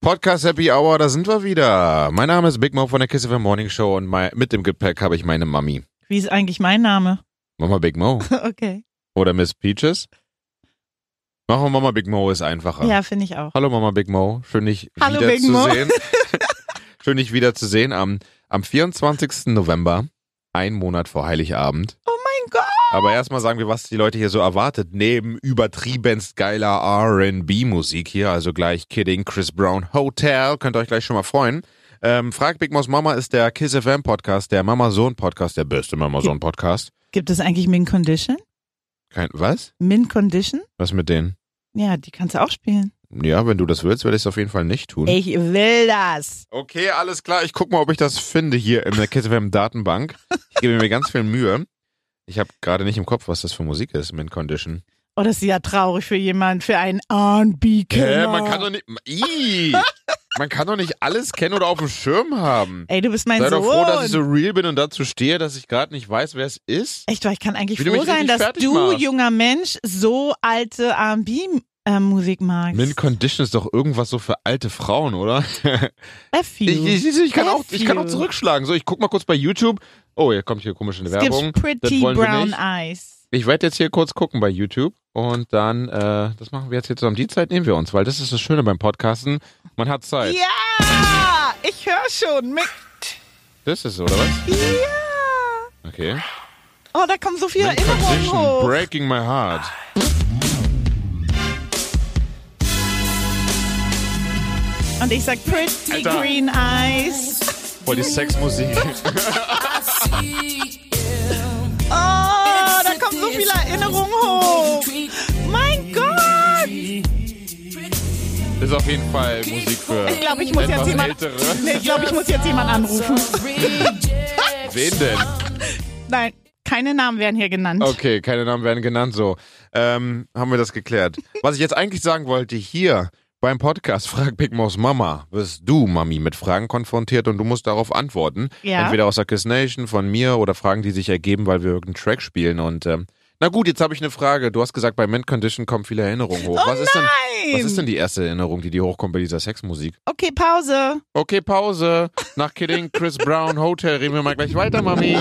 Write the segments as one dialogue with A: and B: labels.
A: Podcast Happy Hour, da sind wir wieder. Mein Name ist Big Mo von der Kiss FM Morning Show und mein, mit dem Gepäck habe ich meine Mami.
B: Wie ist eigentlich mein Name?
A: Mama Big Mo
B: Okay.
A: oder Miss Peaches. Machen wir Mama Big Mo ist einfacher.
B: Ja, finde ich auch.
A: Hallo Mama Big Mo, schön dich
B: Hallo, Big Mo.
A: wiederzusehen. schön dich wiederzusehen am, am 24. November, ein Monat vor Heiligabend.
B: Oh mein Gott.
A: Aber erstmal sagen wir, was die Leute hier so erwartet. Neben übertriebenst geiler RB-Musik hier, also gleich Kidding, Chris Brown Hotel, könnt ihr euch gleich schon mal freuen. Ähm, Frag Big Mo's Mama ist der Kiss FM Podcast, der Mama-Sohn-Podcast, der beste Mama-Sohn-Podcast.
B: Gibt es eigentlich Min Condition?
A: Kein, was?
B: Min Condition?
A: Was mit denen?
B: Ja, die kannst du auch spielen.
A: Ja, wenn du das willst, werde ich es auf jeden Fall nicht tun.
B: Ich will das.
A: Okay, alles klar. Ich guck mal, ob ich das finde hier in der KSFM Datenbank. Ich gebe mir ganz viel Mühe. Ich habe gerade nicht im Kopf, was das für Musik ist, Mint Condition.
B: Oh, das ist ja traurig für jemanden, für einen R&B
A: Hä,
B: Killer.
A: man kann doch nicht. Ih, man kann doch nicht alles kennen oder auf dem Schirm haben.
B: Ey, du bist mein
A: Sei
B: Sohn.
A: doch froh, dass ich so real bin und dazu stehe, dass ich gerade nicht weiß, wer es ist.
B: Echt, weil ich kann eigentlich
A: Wie du
B: froh
A: mich
B: sein,
A: richtig
B: dass
A: fertig
B: du,
A: machst.
B: junger Mensch, so alte R&B äh, Musik magst.
A: Mint Condition ist doch irgendwas so für alte Frauen, oder?
B: F you.
A: Ich, ich, ich, ich, kann, auch, ich kann auch
B: F you.
A: zurückschlagen. So, ich guck mal kurz bei YouTube. Oh, hier kommt hier komische
B: Es
A: Werbung.
B: gibt Pretty
A: wollen wir
B: Brown
A: nicht.
B: Eyes.
A: Ich werde jetzt hier kurz gucken bei YouTube und dann, äh, das machen wir jetzt hier zusammen. Die Zeit nehmen wir uns, weil das ist das Schöne beim Podcasten. Man hat Zeit.
B: Ja, ich höre schon. Mit,
A: Das ist so, oder was?
B: ja.
A: Okay.
B: Oh, da kommen so viele
A: Mint
B: Erinnerungen
A: Condition,
B: hoch.
A: Breaking my heart.
B: Und ich sag Pretty
A: Alter.
B: Green Eyes.
A: Voll die Sexmusik.
B: Oh, da kommen so viele Erinnerungen hoch. Mein Gott.
A: ist auf jeden Fall Musik für
B: Ich glaube, ich muss
A: etwas
B: jetzt jemand.
A: ältere.
B: Nee, ich glaube, ich muss jetzt jemanden anrufen.
A: Wen denn?
B: Nein, keine Namen werden hier genannt.
A: Okay, keine Namen werden genannt, so. Ähm, haben wir das geklärt. Was ich jetzt eigentlich sagen wollte, hier beim Podcast Frag Big Mo's Mama wirst du, Mami, mit Fragen konfrontiert und du musst darauf antworten.
B: Ja.
A: Entweder aus der Kiss Nation, von mir oder Fragen, die sich ergeben, weil wir irgendeinen Track spielen und ähm, na gut, jetzt habe ich eine Frage. Du hast gesagt, bei Mint Condition kommen viele Erinnerungen hoch.
B: Oh
A: was, ist denn, was ist
B: Nein.
A: denn die erste Erinnerung, die dir hochkommt bei dieser Sexmusik?
B: Okay, Pause.
A: Okay, Pause. Nach Kidding, Chris Brown, Hotel. Reden wir mal gleich weiter, Mami.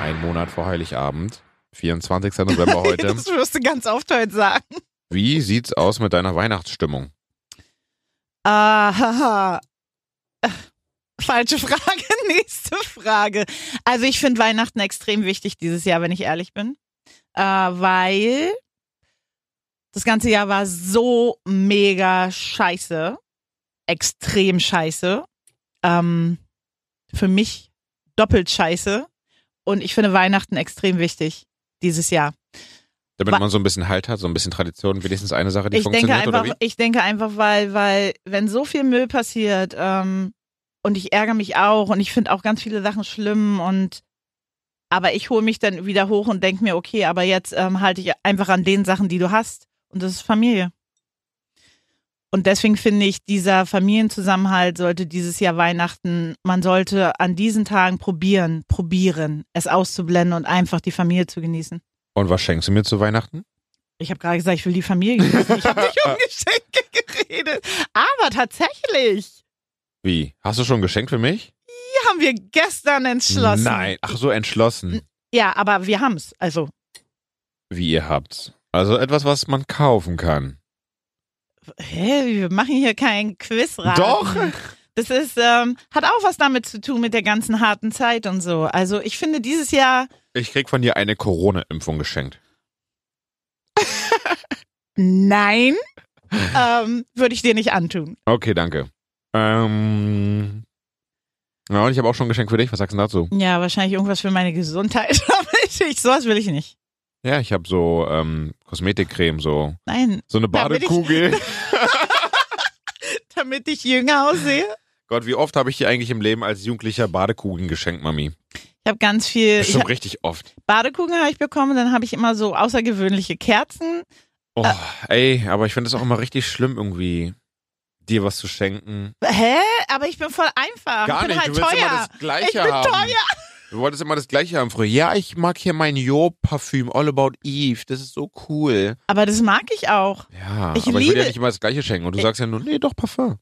A: Ein Monat vor Heiligabend, 24. November heute.
B: Das wirst du ganz oft heute sagen.
A: Wie sieht's aus mit deiner Weihnachtsstimmung?
B: Ah, haha. Äh, Falsche Frage, nächste Frage. Also ich finde Weihnachten extrem wichtig dieses Jahr, wenn ich ehrlich bin, äh, weil das ganze Jahr war so mega scheiße, extrem scheiße, ähm, für mich doppelt scheiße und ich finde Weihnachten extrem wichtig dieses Jahr.
A: Damit
B: Wa-
A: man so ein bisschen Halt hat, so ein bisschen Tradition, wenigstens eine Sache, die
B: ich denke
A: funktioniert,
B: einfach,
A: oder wie?
B: ich denke einfach, weil, weil wenn so viel Müll passiert ähm, und ich ärgere mich auch und ich finde auch ganz viele Sachen schlimm und aber ich hole mich dann wieder hoch und denke mir, okay, aber jetzt ähm, halte ich einfach an den Sachen, die du hast und das ist Familie. Und deswegen finde ich, dieser Familienzusammenhalt sollte dieses Jahr Weihnachten, man sollte an diesen Tagen probieren, probieren, es auszublenden und einfach die Familie zu genießen.
A: Und was schenkst du mir zu Weihnachten?
B: Ich habe gerade gesagt, ich will die Familie genießen. Ich habe nicht um Geschenke geredet. Aber tatsächlich,
A: Wie? Hast du schon ein Geschenk für mich?
B: die haben wir gestern entschlossen.
A: Nein. Ach so, entschlossen.
B: Ja, aber wir haben's. Also,
A: Wie ihr habt's. Also etwas, was man kaufen kann.
B: hä, wir machen hier keinen Quiz rein.
A: Doch!
B: Das ist, ähm, hat auch was damit zu tun mit der ganzen harten Zeit und so. Also, ich finde dieses Jahr,
A: Ich krieg von dir eine Corona-Impfung geschenkt.
B: nein, ähm, würde ich dir nicht antun.
A: Okay, danke. Ähm. Ja, und ich habe auch schon ein Geschenk für dich. Was sagst du dazu?
B: Ja, wahrscheinlich irgendwas für meine Gesundheit. Aber ich, ich, sowas will ich nicht.
A: Ja, ich habe so ähm, Kosmetikcreme, so,
B: Nein,
A: so eine
B: Damit ich-
A: Badekugel.
B: damit ich jünger aussehe.
A: Gott, wie oft habe ich dir eigentlich im Leben als Jugendlicher Badekugeln geschenkt, Mami?
B: Ich habe ganz viel. Ich
A: Bestimmt richtig oft.
B: Badekugeln habe ich bekommen, dann habe ich immer so außergewöhnliche Kerzen.
A: Oh, ey, aber ich finde es auch immer richtig schlimm, irgendwie dir was zu schenken.
B: Hä? Aber ich bin voll einfach.
A: Gar
B: ich bin
A: nicht,
B: halt
A: du willst
B: teuer.
A: immer das Gleiche
B: ich bin
A: haben.
B: teuer.
A: Du wolltest immer das Gleiche haben früher. Ja, ich mag hier mein Jo-Parfüm, All About Eve. Das ist so cool.
B: Aber das mag ich auch.
A: Ja, aber ich
B: Ich
A: will dir
B: liebe-
A: nicht immer das Gleiche schenken. Und du sagst ja nur, nee, doch Parfüm.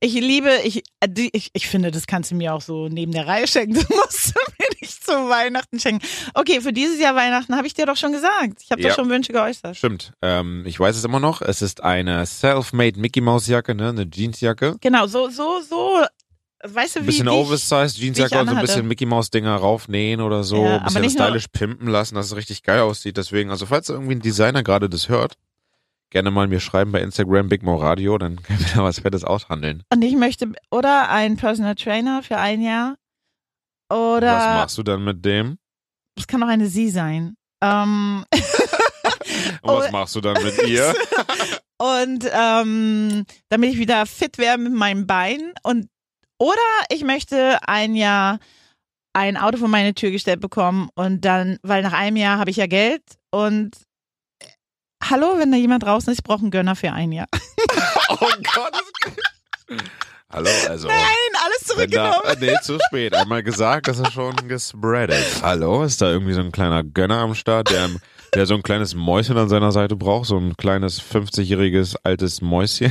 B: Ich liebe, ich, äh, die- ich, ich finde, das kannst du mir auch so neben der Reihe schenken. Du musst mir nicht zu Weihnachten schenken. Okay, für dieses Jahr Weihnachten habe ich dir doch schon gesagt. Ich habe
A: Ja.
B: doch schon Wünsche geäußert.
A: Stimmt. Ähm, ich weiß es immer noch. Es ist eine self-made Mickey Mouse Jacke, ne? Eine Jeansjacke.
B: Genau, so, so, so. Weißt du, wie.
A: Ein bisschen
B: wie ich-
A: oversized Jeansjacke
B: ich
A: und so ein
B: anhatte.
A: bisschen Mickey Mouse Dinger raufnähen oder so.
B: Ja,
A: ein
B: aber
A: bisschen
B: nicht nur-
A: stylisch pimpen lassen, dass es richtig geil aussieht. Deswegen, also falls irgendwie ein Designer gerade das hört, gerne mal mir schreiben bei Instagram Big Mo Radio, dann können wir da was Fettes aushandeln.
B: Und ich möchte, oder ein Personal Trainer für ein Jahr. Oder.
A: was machst du dann mit dem?
B: Es kann auch eine Sie sein. Ähm,
A: Und
B: Oh,
A: was machst du dann mit ihr?
B: und ähm, damit ich wieder fit werde mit meinem Bein. Und oder ich möchte ein Jahr ein Auto vor meine Tür gestellt bekommen und dann, weil nach einem Jahr habe ich ja Geld und äh, hallo, wenn da jemand draußen ist, ich brauche einen Gönner für ein Jahr.
A: oh Gott. Hallo, also.
B: Nein, alles
A: Wenn da,
B: zurückgenommen.
A: äh, nee, zu spät. Einmal gesagt, das ist schon gespreadet. Hallo, ist da irgendwie so ein kleiner Gönner am Start, der, der so ein kleines Mäuschen an seiner Seite braucht? So ein kleines 50-jähriges altes Mäuschen?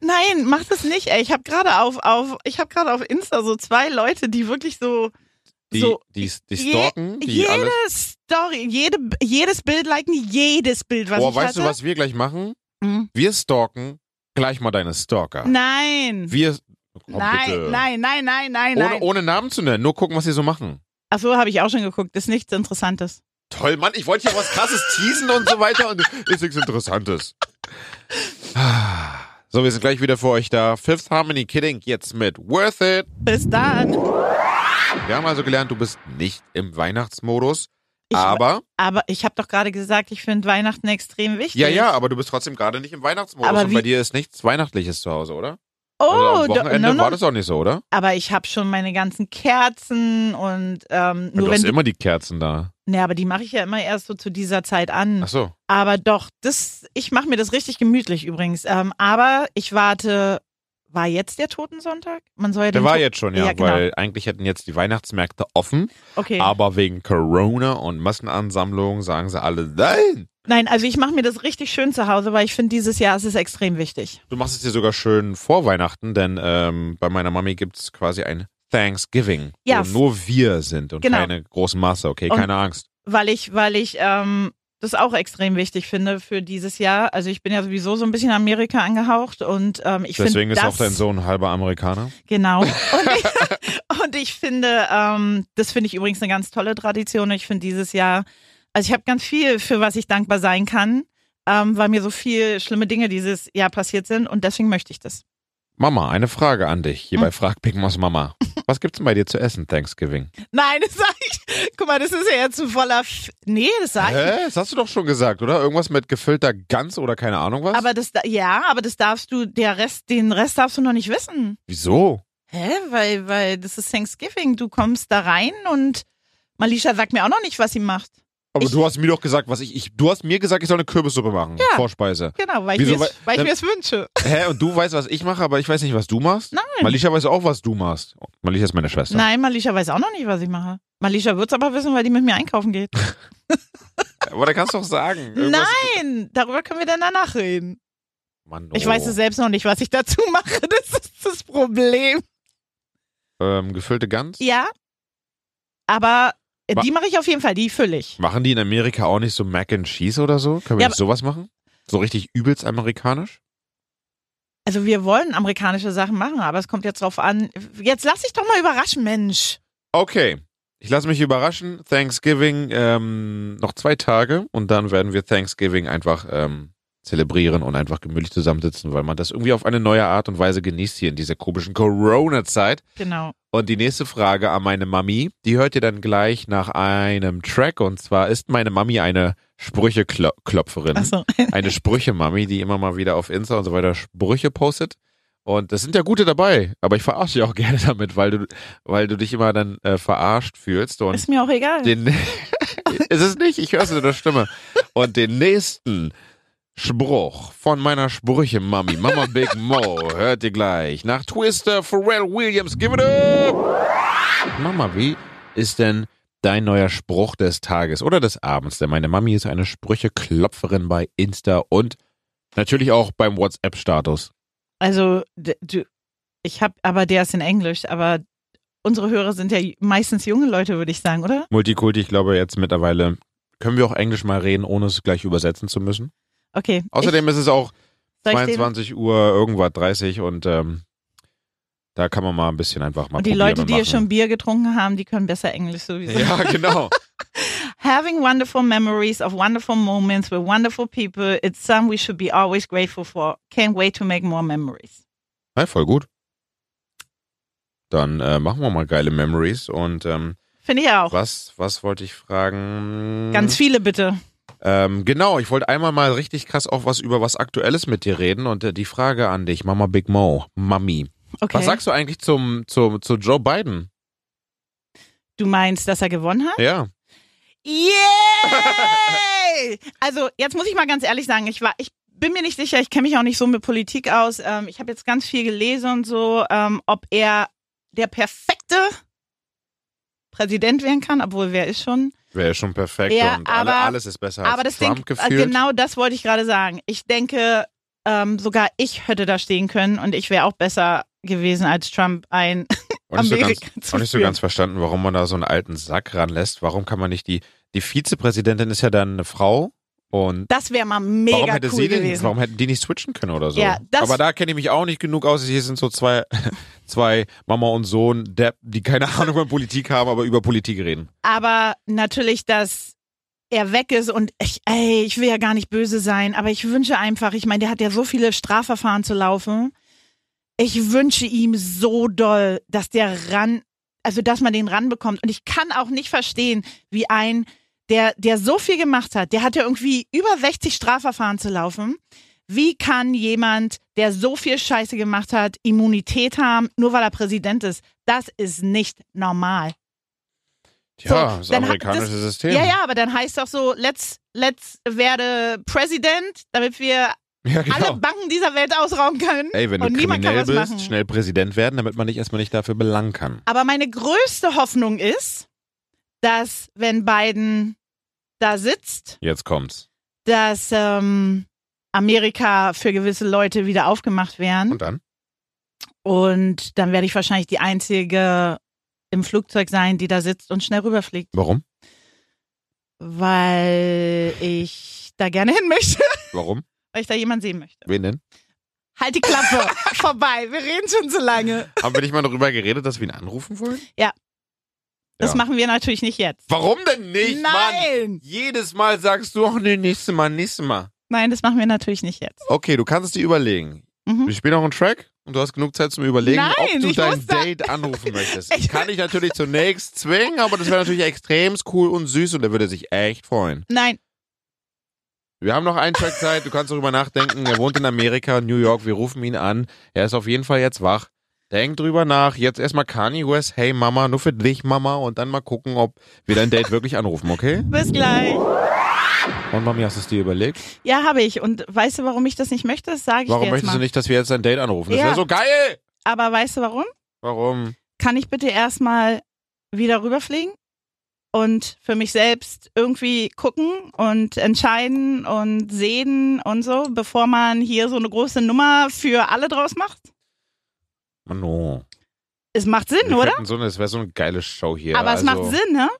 B: Nein, mach das nicht, ey. Ich habe gerade auf, auf, ich habe gerade auf Insta so zwei Leute, die wirklich so,
A: Die,
B: so
A: die, die
B: je-
A: stalken, die
B: jede
A: alles.
B: Story, jede, jedes Bild liken, jedes Bild, was
A: Boah,
B: ich
A: weißt
B: hatte.
A: du, was wir gleich machen?
B: Hm.
A: Wir stalken gleich mal deine Stalker.
B: Nein.
A: Wir. Komm, bitte.
B: nein, nein, nein, nein, nein,
A: Ohne,
B: nein.
A: ohne Namen zu nennen, nur gucken, was sie so machen.
B: Ach so, habe ich auch schon geguckt. Ist nichts Interessantes.
A: Toll, Mann, ich wollte ja was krasses teasen und so weiter und ist nichts Interessantes. Ah, So, wir sind gleich wieder für euch da. Fifth Harmony Kidding jetzt mit Worth It.
B: Bis dann.
A: Wir haben also gelernt, du bist nicht im Weihnachtsmodus,
B: Ich,
A: aber
B: aber ich habe doch gerade gesagt, ich finde Weihnachten extrem wichtig.
A: ja, ja, aber du bist trotzdem gerade nicht im Weihnachtsmodus
B: Aber
A: und bei
B: wie-
A: dir ist nichts Weihnachtliches zu Hause, oder? also
B: Oh,
A: am
B: do-
A: Wochenende
B: no,
A: war
B: no.
A: das auch nicht so, oder?
B: aber ich habe schon meine ganzen Kerzen und ähm,
A: Du
B: nur wenn.
A: hast immer die Kerzen da.
B: ne, aber die mache ich ja immer erst so zu dieser Zeit an.
A: Ach so.
B: Aber doch, das, ich mache mir das richtig gemütlich übrigens. Ähm, aber ich warte, war jetzt der Totensonntag? Man soll ja
A: Der
B: den
A: war
B: To-
A: jetzt schon, ja,
B: Ja, genau.
A: weil eigentlich hätten jetzt die Weihnachtsmärkte offen,
B: Okay.
A: aber wegen Corona und Massenansammlungen sagen sie alle, nein,
B: Nein, also ich mache mir das richtig schön zu Hause, weil ich finde, dieses Jahr ist es extrem wichtig.
A: Du machst es dir sogar schön vor Weihnachten, denn ähm, bei meiner Mami gibt es quasi ein Thanksgiving,
B: Ja.
A: wo nur wir sind und
B: Genau.
A: keine großen Masse, okay?
B: Und-
A: keine Angst.
B: Weil ich, weil ich ähm, das auch extrem wichtig finde für dieses Jahr. Also ich bin ja sowieso so ein bisschen Amerika angehaucht und ähm, ich finde.
A: Deswegen ist
B: das,
A: auch dein Sohn halber Amerikaner.
B: Genau. Und ich, und ich finde, ähm, das finde ich übrigens eine ganz tolle Tradition. Ich finde dieses Jahr, also ich habe ganz viel, für was ich dankbar sein kann, ähm, weil mir so viel schlimme Dinge dieses Jahr passiert sind und deswegen möchte ich das.
A: Mama, eine Frage an dich. Hier bei
B: Hm.
A: Frag Big Moss Mama. Was gibt's denn bei dir zu essen Thanksgiving?
B: Nein, das sage ich. Guck mal, das ist ja jetzt ein voller. F nee, das sage ich nicht.
A: Hä? Das hast du doch schon gesagt, oder? Irgendwas mit gefüllter Gans oder keine Ahnung was?
B: Aber das da- ja, aber das darfst du, der Rest, den Rest darfst du noch nicht wissen.
A: Wieso?
B: Hä? Weil, weil das ist Thanksgiving. Du kommst da rein und Malisha sagt mir auch noch nicht, was sie macht.
A: Aber
B: Ich-
A: du hast mir doch gesagt, was ich, ich. Du hast mir gesagt, ich soll eine Kürbissuppe machen.
B: Ja.
A: Vorspeise.
B: Genau, weil
A: Wieso?
B: ich mir's- weil ich
A: Dann-
B: mir es wünsche.
A: Hä? Und du weißt, was ich mache, aber ich weiß nicht, was du machst?
B: Nein.
A: Malisha weiß auch, was du machst. Malisha ist meine Schwester.
B: Nein, Malisha weiß auch noch nicht, was ich mache. Malisha wird's aber wissen, weil die mit mir einkaufen geht.
A: Aber da kannst du doch sagen. irgendwas-
B: Nein, darüber können wir dann danach reden.
A: Mann,
B: Ich
A: oh.
B: weiß es selbst noch nicht, was ich dazu mache. Das ist das Problem.
A: Ähm, gefüllte Gans?
B: Ja, aber äh,
A: Wa-
B: die mache ich auf jeden Fall, die fülle ich.
A: Machen die in Amerika auch nicht so Mac and Cheese oder so? Können wir
B: Ja,
A: nicht sowas machen? So richtig übelst amerikanisch?
B: Also wir wollen amerikanische Sachen machen, aber es kommt jetzt drauf an. Jetzt lass dich doch mal überraschen, Mensch.
A: Okay. Ich lasse mich überraschen. Thanksgiving ähm, noch zwei Tage und dann werden wir Thanksgiving einfach ähm, zelebrieren und einfach gemütlich zusammensitzen, weil man das irgendwie auf eine neue Art und Weise genießt hier in dieser komischen Corona-Zeit.
B: Genau.
A: Und die nächste Frage an meine Mami, die hört ihr dann gleich nach einem Track und zwar ist meine Mami eine Sprücheklopferin.
B: Also,
A: eine Sprüche-Mami, die immer mal wieder auf Insta und so weiter Sprüche postet. Und das sind ja gute dabei, aber ich verarsche dich auch gerne damit, weil du, weil du dich immer dann äh, verarscht fühlst. Und
B: ist mir auch egal.
A: den ist es nicht, ich höre es in der Stimme. Und den nächsten Spruch von meiner Sprüche-Mami, Mama Big Mo, hört ihr gleich. Nach Twister, Pharrell Williams, give it up! Mama, wie ist denn dein neuer Spruch des Tages oder des Abends? Denn meine Mami ist eine Sprüche-Klopferin bei Insta und natürlich auch beim WhatsApp-Status.
B: Also, d- du, Ich habe, aber der ist in Englisch, aber unsere Hörer sind ja meistens junge Leute, würde ich sagen, oder?
A: Multikulti, ich glaube jetzt mittlerweile können wir auch Englisch mal reden, ohne es gleich übersetzen zu müssen.
B: Okay.
A: Außerdem ist es auch
B: ich, soll ich den-
A: 22 Uhr irgendwas 30 und ähm, da kann man mal ein bisschen einfach mal
B: Und die
A: Probleme
B: Leute, die hier schon
A: machen.
B: Bier getrunken haben, die können besser Englisch sowieso.
A: Ja, genau.
B: Having wonderful memories of wonderful moments with wonderful people, it's some we should be always grateful for. Can't wait to make more memories.
A: Hi, voll gut. Dann äh, machen wir mal geile Memories und ähm,
B: Finde ich auch.
A: was, was wollte ich fragen?
B: Ganz viele bitte.
A: Ähm, genau, ich wollte einmal mal richtig krass auch was über was Aktuelles mit dir reden und äh, die Frage an dich, Mama Big Mo, Mami.
B: Okay.
A: Was sagst du eigentlich zum, zum, zu Joe Biden?
B: du meinst, dass er gewonnen hat?
A: Ja.
B: Yay! Also jetzt muss ich mal ganz ehrlich sagen, ich war, ich bin mir nicht sicher, ich kenne mich auch nicht so mit Politik aus. Ähm, ich habe jetzt ganz viel gelesen und so, ähm, ob er der perfekte Präsident werden kann, obwohl wer ist schon.
A: Wäre schon perfekt
B: Ja,
A: und alle,
B: aber-
A: alles ist besser
B: Aber
A: als
B: das
A: Trump
B: Ding,
A: gefühlt.
B: genau das wollte ich gerade sagen. Ich denke, ähm, sogar ich hätte da stehen können und ich wäre auch besser gewesen als Trump ein.
A: auch, nicht so ganz,
B: Amerika zu
A: auch nicht so
B: führen.
A: ganz verstanden, warum man da so einen alten Sack ranlässt. Warum kann man nicht die, die Vizepräsidentin ist ja dann eine Frau und
B: Das wäre mal mega
A: warum hätte
B: cool
A: sie denn,
B: gewesen.
A: warum hätten die nicht switchen können oder so?
B: Ja, das-
A: Aber da kenne ich mich auch nicht genug aus. Hier sind so zwei, zwei Mama und Sohn, Depp, die keine Ahnung von Politik haben, aber über Politik reden.
B: aber natürlich, dass er weg ist und ich, ey, ich will ja gar nicht böse sein, aber ich wünsche einfach, ich meine, der hat ja so viele Strafverfahren zu laufen. Ich wünsche ihm so doll, dass der ran, also dass man den ranbekommt. Und ich kann auch nicht verstehen, wie ein, der, der so viel gemacht hat, der hat ja irgendwie über 60 Strafverfahren zu laufen. Wie kann jemand, der so viel Scheiße gemacht hat, Immunität haben, nur weil er Präsident ist? Das ist nicht normal.
A: Tja,
B: So,
A: das
B: dann hat
A: amerikanische System.
B: Ja, ja, aber dann heißt doch so, let's, let's werde Präsident, damit wir
A: ja genau.
B: alle Banken dieser Welt ausrauben können.
A: Ey, wenn du
B: und niemand kann
A: kriminell
B: was
A: bist,
B: machen.
A: schnell Präsident werden, damit man dich erstmal nicht dafür belangen kann.
B: Aber meine größte Hoffnung ist, dass wenn Biden da sitzt,
A: Jetzt kommt's.
B: dass ähm, Amerika für gewisse Leute wieder aufgemacht werden.
A: Und dann?
B: Und dann werde ich wahrscheinlich die Einzige im Flugzeug sein, die da sitzt und schnell rüberfliegt,
A: Warum?
B: weil ich da gerne hin möchte,
A: Warum?
B: weil ich da jemanden sehen möchte.
A: Wen denn?
B: Halt die Klappe. Vorbei. Wir reden schon so lange.
A: Haben wir nicht mal darüber geredet, dass wir ihn anrufen wollen?
B: Ja. Das
A: Ja.
B: machen wir natürlich nicht jetzt.
A: Warum denn nicht, Mann?
B: Nein.
A: Jedes Mal sagst du, ach nee, nächstes Mal, nächstes Mal.
B: Nein, das machen wir natürlich nicht jetzt.
A: Okay, du kannst es dir überlegen.
B: Mhm.
A: Wir spielen noch einen Track und du hast genug Zeit zum Überlegen,
B: Nein,
A: ob du
B: ich
A: dein
B: muss da-
A: Date anrufen möchtest. Ich
B: Ich-
A: kann dich natürlich zunächst zwingen, aber das wäre natürlich extrem cool und süß und er würde sich echt freuen.
B: Nein.
A: Wir haben noch einen Track Zeit, du kannst darüber nachdenken. Er wohnt in Amerika, New York, wir rufen ihn an. Er ist auf jeden Fall jetzt wach. Denk drüber nach. Jetzt erstmal Kanye West, hey Mama, nur für dich Mama und dann mal gucken, ob wir dein Date wirklich anrufen, okay?
B: Bis gleich.
A: Und Mami, hast du es dir überlegt?
B: Ja, habe ich. Und weißt du, warum ich das nicht möchte? Das sage ich
A: Warum
B: dir jetzt
A: möchtest du
B: mal.
A: nicht, dass wir jetzt dein Date anrufen? Das
B: Ja.
A: wäre so geil!
B: Aber weißt du warum?
A: Warum?
B: Kann ich bitte erstmal wieder rüberfliegen und für mich selbst irgendwie gucken und entscheiden und sehen und so, bevor man hier so eine große Nummer für alle draus macht?
A: Mann, oh.
B: Es macht Sinn,
A: Wir
B: oder?
A: könnten So eine, das wäre so eine geile Show hier.
B: Aber
A: also,
B: es macht Sinn, ne?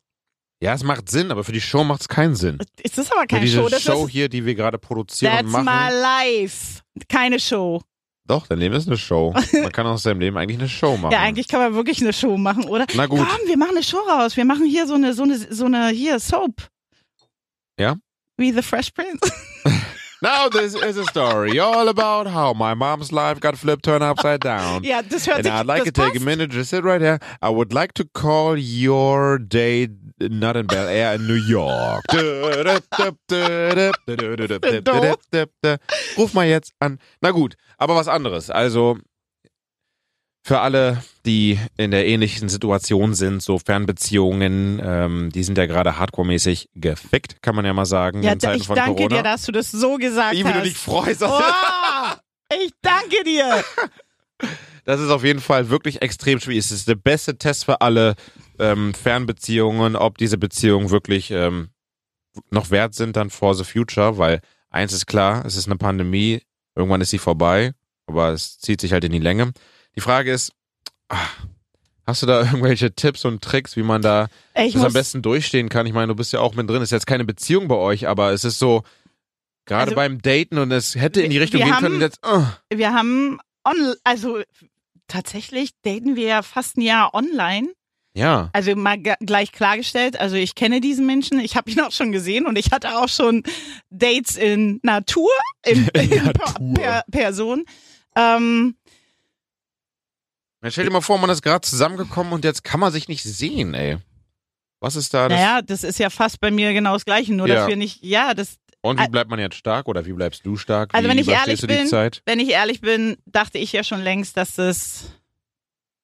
A: Ja, es macht Sinn, aber für die Show macht es keinen Sinn.
B: Es ist aber
A: Für
B: keine
A: diese
B: Show. Das ist
A: Show hier, die wir gerade produzieren
B: That's
A: und machen. Oh
B: my life. Keine Show.
A: Doch, dein Leben ist eine Show. Man kann aus seinem Leben eigentlich eine Show machen.
B: Ja, eigentlich kann man wirklich eine Show machen, oder?
A: Na gut.
B: Komm, wir machen eine Show raus. Wir machen hier so eine, so eine, so eine, hier, Soap.
A: Ja?
B: Wie The Fresh Prince.
A: Now this is a story all about how my mom's life got flipped turned upside down.
B: ja, das hört
A: And
B: sich
A: I'd like to
B: das
A: take a
B: passt.
A: minute to sit right here. I would like to call your date not in Bel Air in New York. Ruf mal jetzt an. Na gut, aber was anderes. Also für alle, die in der ähnlichen Situation sind, so Fernbeziehungen, ähm, die sind ja gerade hardcore-mäßig gefickt, kann man ja mal sagen,
B: Ja,
A: in Zeiten
B: ich
A: von
B: danke
A: Corona.
B: dir, dass du das so gesagt
A: Wie du
B: hast.
A: dich freust. dass-
B: Wow. ich danke dir.
A: Das ist auf jeden Fall wirklich extrem schwierig. Es ist der beste Test für alle ähm, Fernbeziehungen, ob diese Beziehungen wirklich ähm, noch wert sind dann for the future, weil eins ist klar, es ist eine Pandemie, irgendwann ist sie vorbei, aber es zieht sich halt in die Länge. Die Frage ist, ah, hast du da irgendwelche Tipps und Tricks, wie man da
B: Ich
A: das am
B: muss,
A: besten durchstehen kann? Ich meine, du bist ja auch mit drin. Ist jetzt keine Beziehung bei euch, aber es ist so, gerade
B: Also-
A: beim Daten und es hätte in die
B: Wir-
A: Richtung
B: wir
A: gehen
B: haben-
A: können. und Jetzt, ah.
B: wir haben, on, also tatsächlich daten wir ja fast ein Jahr online.
A: ja.
B: Also mal g- gleich klargestellt, also ich kenne diesen Menschen, ich habe ihn auch schon gesehen und ich hatte auch schon Dates in Natur, in, in
A: Natur.
B: Per, per Person. Ähm,
A: Dann stell dir mal vor, man ist gerade zusammengekommen und jetzt kann man sich nicht sehen, ey. Was ist da das?
B: naja, das ist ja fast bei mir genau das Gleiche, nur
A: Ja.
B: dass wir nicht, ja, das,
A: und wie
B: äh,
A: bleibt man jetzt stark oder wie bleibst du stark?
B: Also
A: wie
B: wenn ich
A: überstehst
B: ehrlich
A: du die
B: bin-
A: Zeit?
B: wenn ich ehrlich bin, dachte ich ja schon längst, dass es,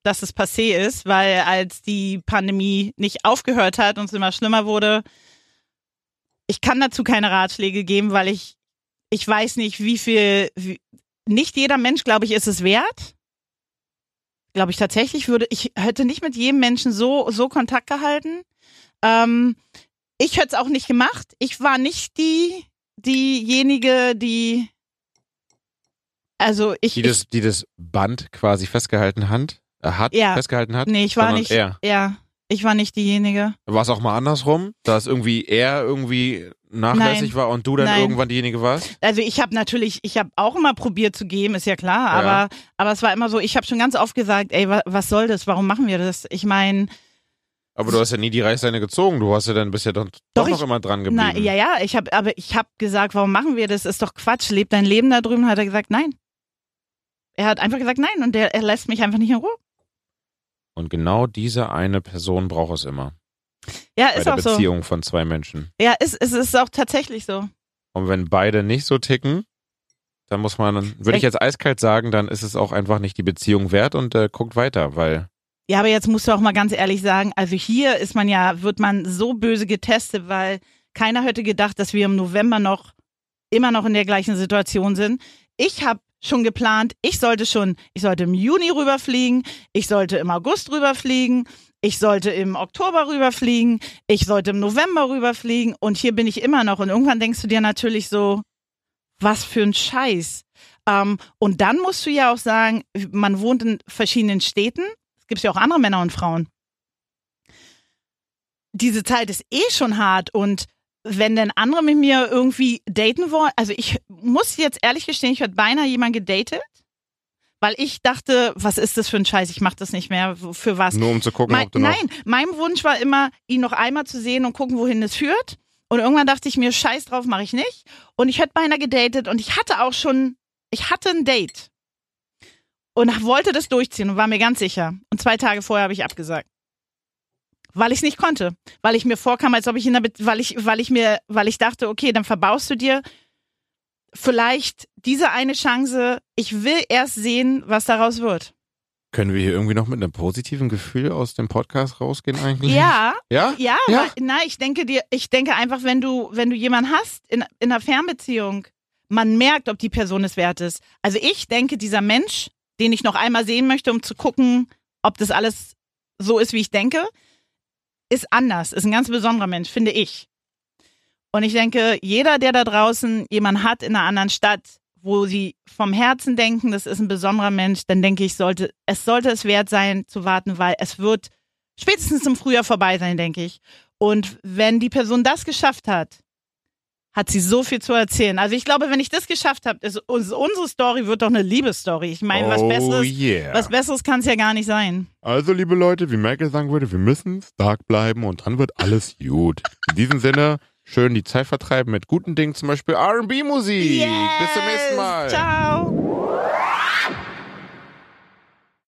B: dass es passé ist, weil als die Pandemie nicht aufgehört hat und es immer schlimmer wurde, ich kann dazu keine Ratschläge geben, weil ich, ich weiß nicht, wie viel, wie, nicht jeder Mensch, glaube ich, ist es wert. Glaube ich tatsächlich würde, ich hätte nicht mit jedem Menschen so, so Kontakt gehalten. Ähm, ich hätte es auch nicht gemacht. Ich war nicht die, diejenige, die, also ich,
A: die das, die das Band quasi festgehalten hat, äh, hat
B: Ja.
A: festgehalten hat.
B: ich nee, ich war
A: sondern
B: nicht,
A: Er.
B: ja, ich war nicht diejenige.
A: War es auch mal andersrum, dass irgendwie er irgendwie nachlässig
B: Nein.
A: war und du dann
B: Nein.
A: irgendwann diejenige warst?
B: Also ich habe natürlich, ich habe auch immer probiert zu geben, ist ja klar,
A: Ja.
B: aber aber es war immer so, ich habe schon ganz oft gesagt, ey, wa was soll das? Warum machen wir das? Ich meine,
A: Aber du hast ja nie die Reißleine gezogen. Du hast ja dann bist ja dann doch,
B: Doch,
A: noch
B: ich-
A: immer dran geblieben.
B: na ja, ja, ich habe aber ich habe gesagt, warum machen wir das? Ist doch Quatsch, lebt dein Leben da drüben, hat er gesagt, nein. Er hat einfach gesagt, nein und der, er lässt mich einfach nicht in Ruhe.
A: Und genau diese eine Person braucht es immer
B: Ja,
A: bei
B: ist
A: der
B: auch so.
A: Beziehung von zwei Menschen.
B: Ja, ist es ist, auch tatsächlich so.
A: Und wenn beide nicht so ticken, dann muss man, würde ich jetzt eiskalt sagen, dann ist es auch einfach nicht die Beziehung wert und äh, guckt weiter, weil
B: Ja, aber jetzt musst du auch mal ganz ehrlich sagen, also hier ist man ja, wird man so böse getestet, weil keiner hätte gedacht, dass wir im November noch immer noch in der gleichen Situation sind. Ich habe schon geplant, ich sollte schon, ich sollte im Juni rüberfliegen, ich sollte im August rüberfliegen, ich sollte im Oktober rüberfliegen, ich sollte im November rüberfliegen und hier bin ich immer noch. Und irgendwann denkst du dir natürlich so, was für ein Scheiß. Ähm, und dann musst du ja auch sagen, man wohnt in verschiedenen Städten es gibt ja auch andere Männer und Frauen. Diese Zeit ist eh schon hart und wenn denn andere mit mir irgendwie daten wollen, also ich muss jetzt ehrlich gestehen, ich hatte beinahe jemanden gedatet, weil ich dachte, was ist das für ein Scheiß, ich mach das nicht mehr, w- für was?
A: nur um zu gucken,
B: Mein,
A: ob du noch.
B: nein, mein Wunsch war immer, ihn noch einmal zu sehen und gucken, wohin es führt. Und irgendwann dachte ich mir, scheiß drauf, mache ich nicht. Und ich hätte beinahe gedatet und ich hatte auch schon, ich hatte ein Date. Und wollte das durchziehen und war mir ganz sicher. Und zwei Tage vorher habe ich abgesagt. Weil ich es nicht konnte. Weil ich mir vorkam, als ob ich in der, Be weil ich, weil ich mir, weil ich dachte, okay, dann verbaust du dir vielleicht diese eine Chance. Ich will erst sehen, was daraus wird.
A: Können wir hier irgendwie noch mit einem positiven Gefühl aus dem Podcast rausgehen eigentlich?
B: Ja,
A: Ja?
B: Ja,
A: Ja.
B: Weil, na, ich denke dir, ich denke einfach, wenn du, wenn du jemanden hast in, in einer Fernbeziehung, man merkt, ob die Person es wert ist. Also ich denke, dieser Mensch, den ich noch einmal sehen möchte, um zu gucken, ob das alles so ist, wie ich denke, ist anders, ist ein ganz besonderer Mensch, finde ich. Und ich denke, jeder, der da draußen jemanden hat in einer anderen Stadt, wo sie vom Herzen denken, das ist ein besonderer Mensch, dann denke ich, sollte, es sollte es wert sein zu warten, weil es wird spätestens im Frühjahr vorbei sein, denke ich. Und wenn die Person das geschafft hat, hat sie so viel zu erzählen. Also ich glaube, wenn ich das geschafft habe, ist, uns- unsere Story wird doch eine Liebesstory. Ich meine, was
A: oh
B: Besseres,
A: yeah.
B: was Besseres kann es ja gar nicht sein.
A: Also, liebe Leute, wie Michael sagen würde, wir müssen stark bleiben und dann wird alles gut. In diesem Sinne, schön die Zeit vertreiben mit guten Dingen, zum Beispiel RB-Musik. Bis zum nächsten Mal.
B: Ciao.